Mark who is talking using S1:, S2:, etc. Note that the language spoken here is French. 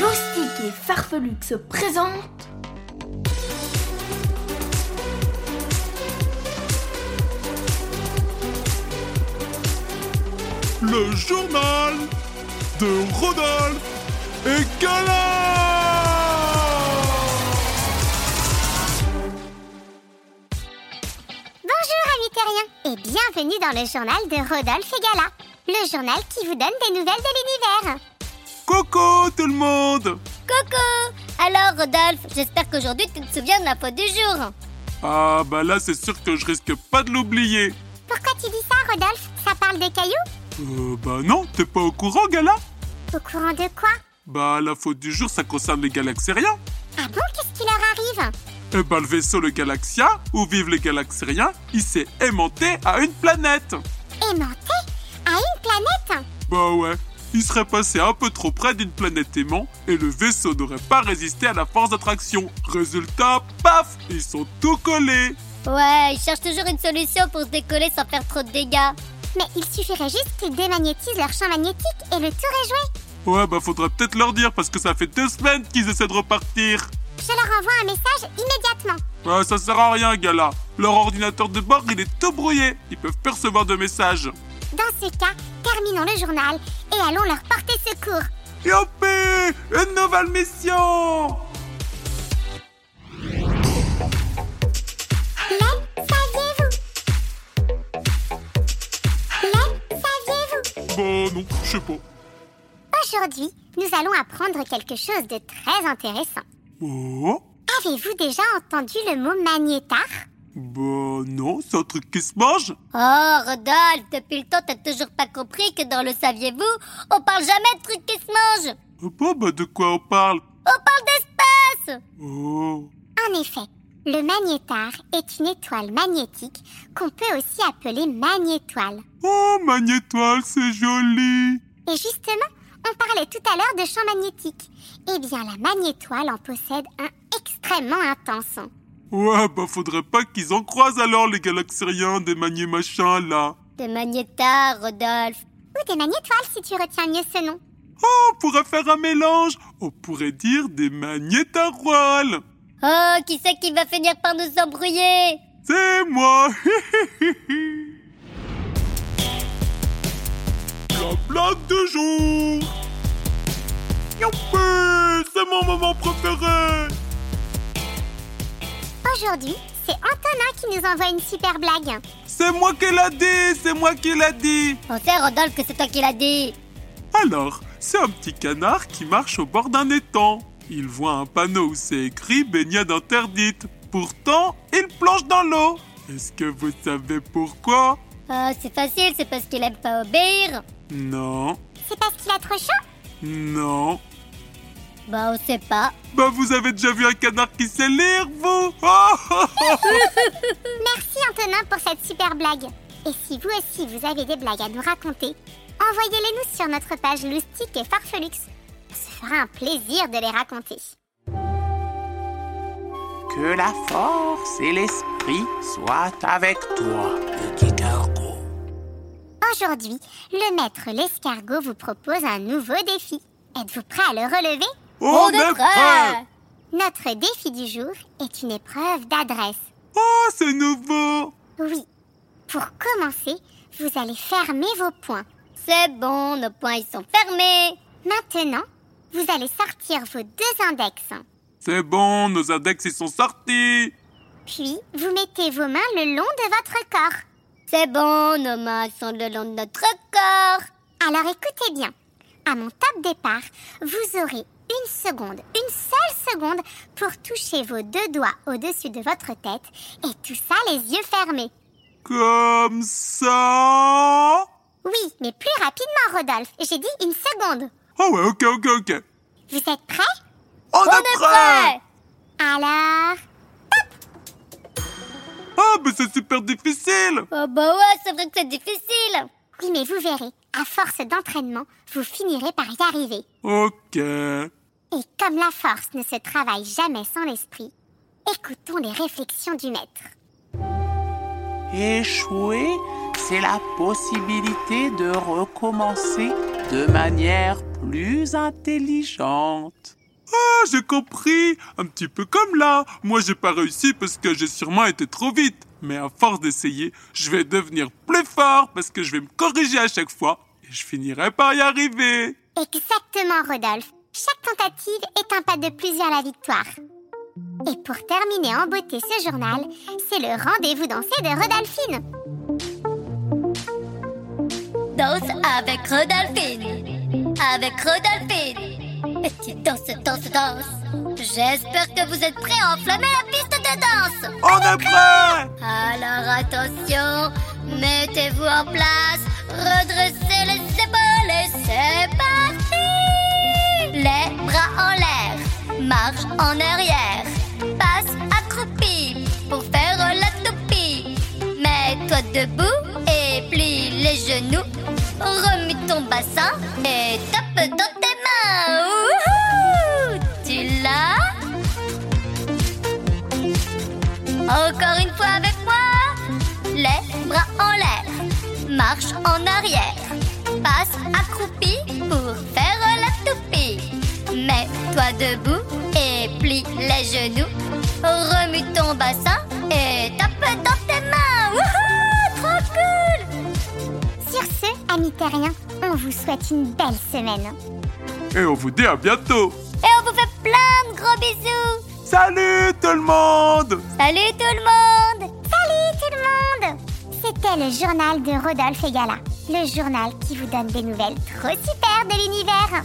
S1: Loustic et Farfelux se présentent
S2: le journal de Rodolphe et Gala
S3: Bonjour amis terriens et bienvenue dans le journal de Rodolphe et Gala, le journal qui vous donne des nouvelles de l'univers.
S2: Coco tout le monde
S3: Coco Alors Rodolphe, j'espère qu'aujourd'hui tu te souviens de la faute du jour.
S2: Ah bah là c'est sûr que je risque pas de l'oublier.
S3: Pourquoi tu dis ça Rodolphe Ça parle de cailloux
S2: Euh bah non, t'es pas au courant Gala
S3: Au courant de quoi
S2: Bah la faute du jour ça concerne les galaxériens.
S3: Ah bon, qu'est-ce qui leur arrive
S2: Eh bah le vaisseau le Galaxia, où vivent les galaxériens, il s'est aimanté à une planète.
S3: Aimanté à une planète
S2: Bah ouais, il serait passé un peu trop près d'une planète aimant et le vaisseau n'aurait pas résisté à la force d'attraction. Résultat, paf, ils sont tout collés.
S3: Ouais, ils cherchent toujours une solution pour se décoller sans faire trop de dégâts. Mais il suffirait juste qu'ils démagnétisent leur champ magnétique et le tour est joué.
S2: Ouais, bah faudrait peut-être leur dire parce que ça fait deux semaines qu'ils essaient de repartir.
S3: Je leur envoie un message immédiatement.
S2: Ouais, ça sert à rien, gala. Leur ordinateur de bord, il est tout brouillé. Ils peuvent percevoir de messages.
S3: Dans ce cas, terminons le journal et allons leur porter secours.
S2: Yopi Une nouvelle mission
S3: Le saviez-vous Le saviez-vous
S2: Bah non, je sais pas.
S3: Aujourd'hui, nous allons apprendre quelque chose de très intéressant.
S2: Oh
S3: Avez-vous déjà entendu le mot magnétar
S2: Bah non, c'est un truc qui se mange
S3: Oh, Rodolphe, depuis le temps, t'as toujours pas compris que dans le saviez-vous, on parle jamais de trucs qui se mangent.
S2: Ah Bon, bah de quoi on parle
S3: On parle d'espace
S2: Oh
S3: En effet, le magnétar est une étoile magnétique qu'on peut aussi appeler magnétoile.
S2: Oh, magnétoile, c'est joli
S3: Et justement, on parlait tout à l'heure de champ magnétique. Eh bien, la magnétoile en possède un extrêmement intense.
S2: Ouais, bah faudrait pas qu'ils en croisent alors les galaxériens des magné machins là.
S3: Des magnétars, Rodolphe. Ou des magnétoiles si tu retiens mieux ce nom.
S2: Oh, on pourrait faire un mélange On pourrait dire des magnétaroiles
S3: Oh, qui c'est qui va finir par nous embrouiller
S2: C'est moi La blague de jour Youpi C'est mon moment préféré
S3: Aujourd'hui, c'est Antonin qui nous envoie une super blague.
S2: C'est moi qui l'a dit C'est moi qui l'a dit
S3: On sait, Rodolphe, que c'est toi qui l'as dit.
S2: Alors, c'est un petit canard qui marche au bord d'un étang. Il voit un panneau où c'est écrit baignade interdite. Pourtant, il plonge dans l'eau. Est-ce que vous savez pourquoi
S3: Oh, c'est facile, c'est parce qu'il aime pas obéir.
S2: Non,
S3: C'est parce qu'il a trop chaud
S2: non.
S3: Bah, on sait pas.
S2: Bah vous avez déjà vu un canard qui sait lire, vous Ah, ah, ah.
S3: Merci Antonin pour cette super blague. Et si vous aussi vous avez des blagues à nous raconter, envoyez-les nous sur notre page Loustique et Farfelux. On se fera un plaisir de les raconter.
S4: Que la force et l'esprit soient avec toi, petit cargo.
S3: Aujourd'hui, le maître l'escargot vous propose un nouveau défi. Êtes-vous prêt à le relever
S2: On est prêt
S3: Notre défi du jour est une épreuve d'adresse.
S2: Oh, c'est nouveau
S3: Oui. Pour commencer, vous allez fermer vos poings. C'est bon, nos poings ils sont fermés. Maintenant, vous allez sortir vos deux index.
S2: C'est bon, nos index ils sont sortis
S3: Puis, vous mettez vos mains le long de votre corps. C'est bon, nos mains sont le long de notre corps. Alors écoutez bien. À mon top départ, vous aurez une seconde, une seule seconde, pour toucher vos deux doigts au-dessus de votre tête et tout ça les yeux fermés.
S2: Comme ça
S3: Oui, mais plus rapidement, Rodolphe. J'ai dit une seconde.
S2: Oh ouais, ok, ok, ok. Ah,
S3: Vous êtes prêts
S2: On, est prêts
S3: Alors...
S2: Ah, mais c'est super difficile
S3: Oh bah ouais, c'est vrai que c'est difficile Oui, mais vous verrez, à force d'entraînement, vous finirez par y arriver.
S2: Ok.
S3: Et comme la force ne se travaille jamais sans l'esprit, écoutons les réflexions du maître.
S4: Échouer, c'est la possibilité de recommencer de manière plus intelligente.
S2: Ah, j'ai compris Un petit peu comme là. Moi, j'ai pas réussi parce que j'ai sûrement été trop vite. Mais à force d'essayer, je vais devenir plus fort parce que je vais me corriger à chaque fois et je finirai par y arriver.
S3: Exactement, Rodolphe. Chaque tentative est un pas de plus vers la victoire. Et pour terminer en beauté ce journal, c'est le rendez-vous dansé de Rodolphine.
S5: Danse avec Rodolphine. Avec Rodolphine. Petite danse, danse, danse. J'espère que vous êtes prêts à enflammer la piste de danse.
S2: On est prêts
S5: Alors attention, mettez-vous en place, redressez les épaules et c'est parti Les bras en l'air, marche en arrière, passe accroupi pour faire la toupie. Mets-toi debout et plie les genoux, remue ton bassin et tape dans tes mains. Wouhou tu l'as encore une fois avec moi. Les bras en l'air, marche en arrière, passe accroupi pour faire la toupie. Mets-toi debout et plie les genoux. Remue ton bassin et tape dans tes mains. Wouhou, trop cool!
S3: Sur ce, amis terriens, on vous souhaite une belle semaine.
S2: Et on vous dit à bientôt
S5: Et on vous fait plein de gros bisous.
S2: Salut tout le monde
S5: Salut tout le monde!
S3: Salut tout le monde C'était le journal de Rodolphe et Gala, le journal qui vous donne des nouvelles trop super de l'univers.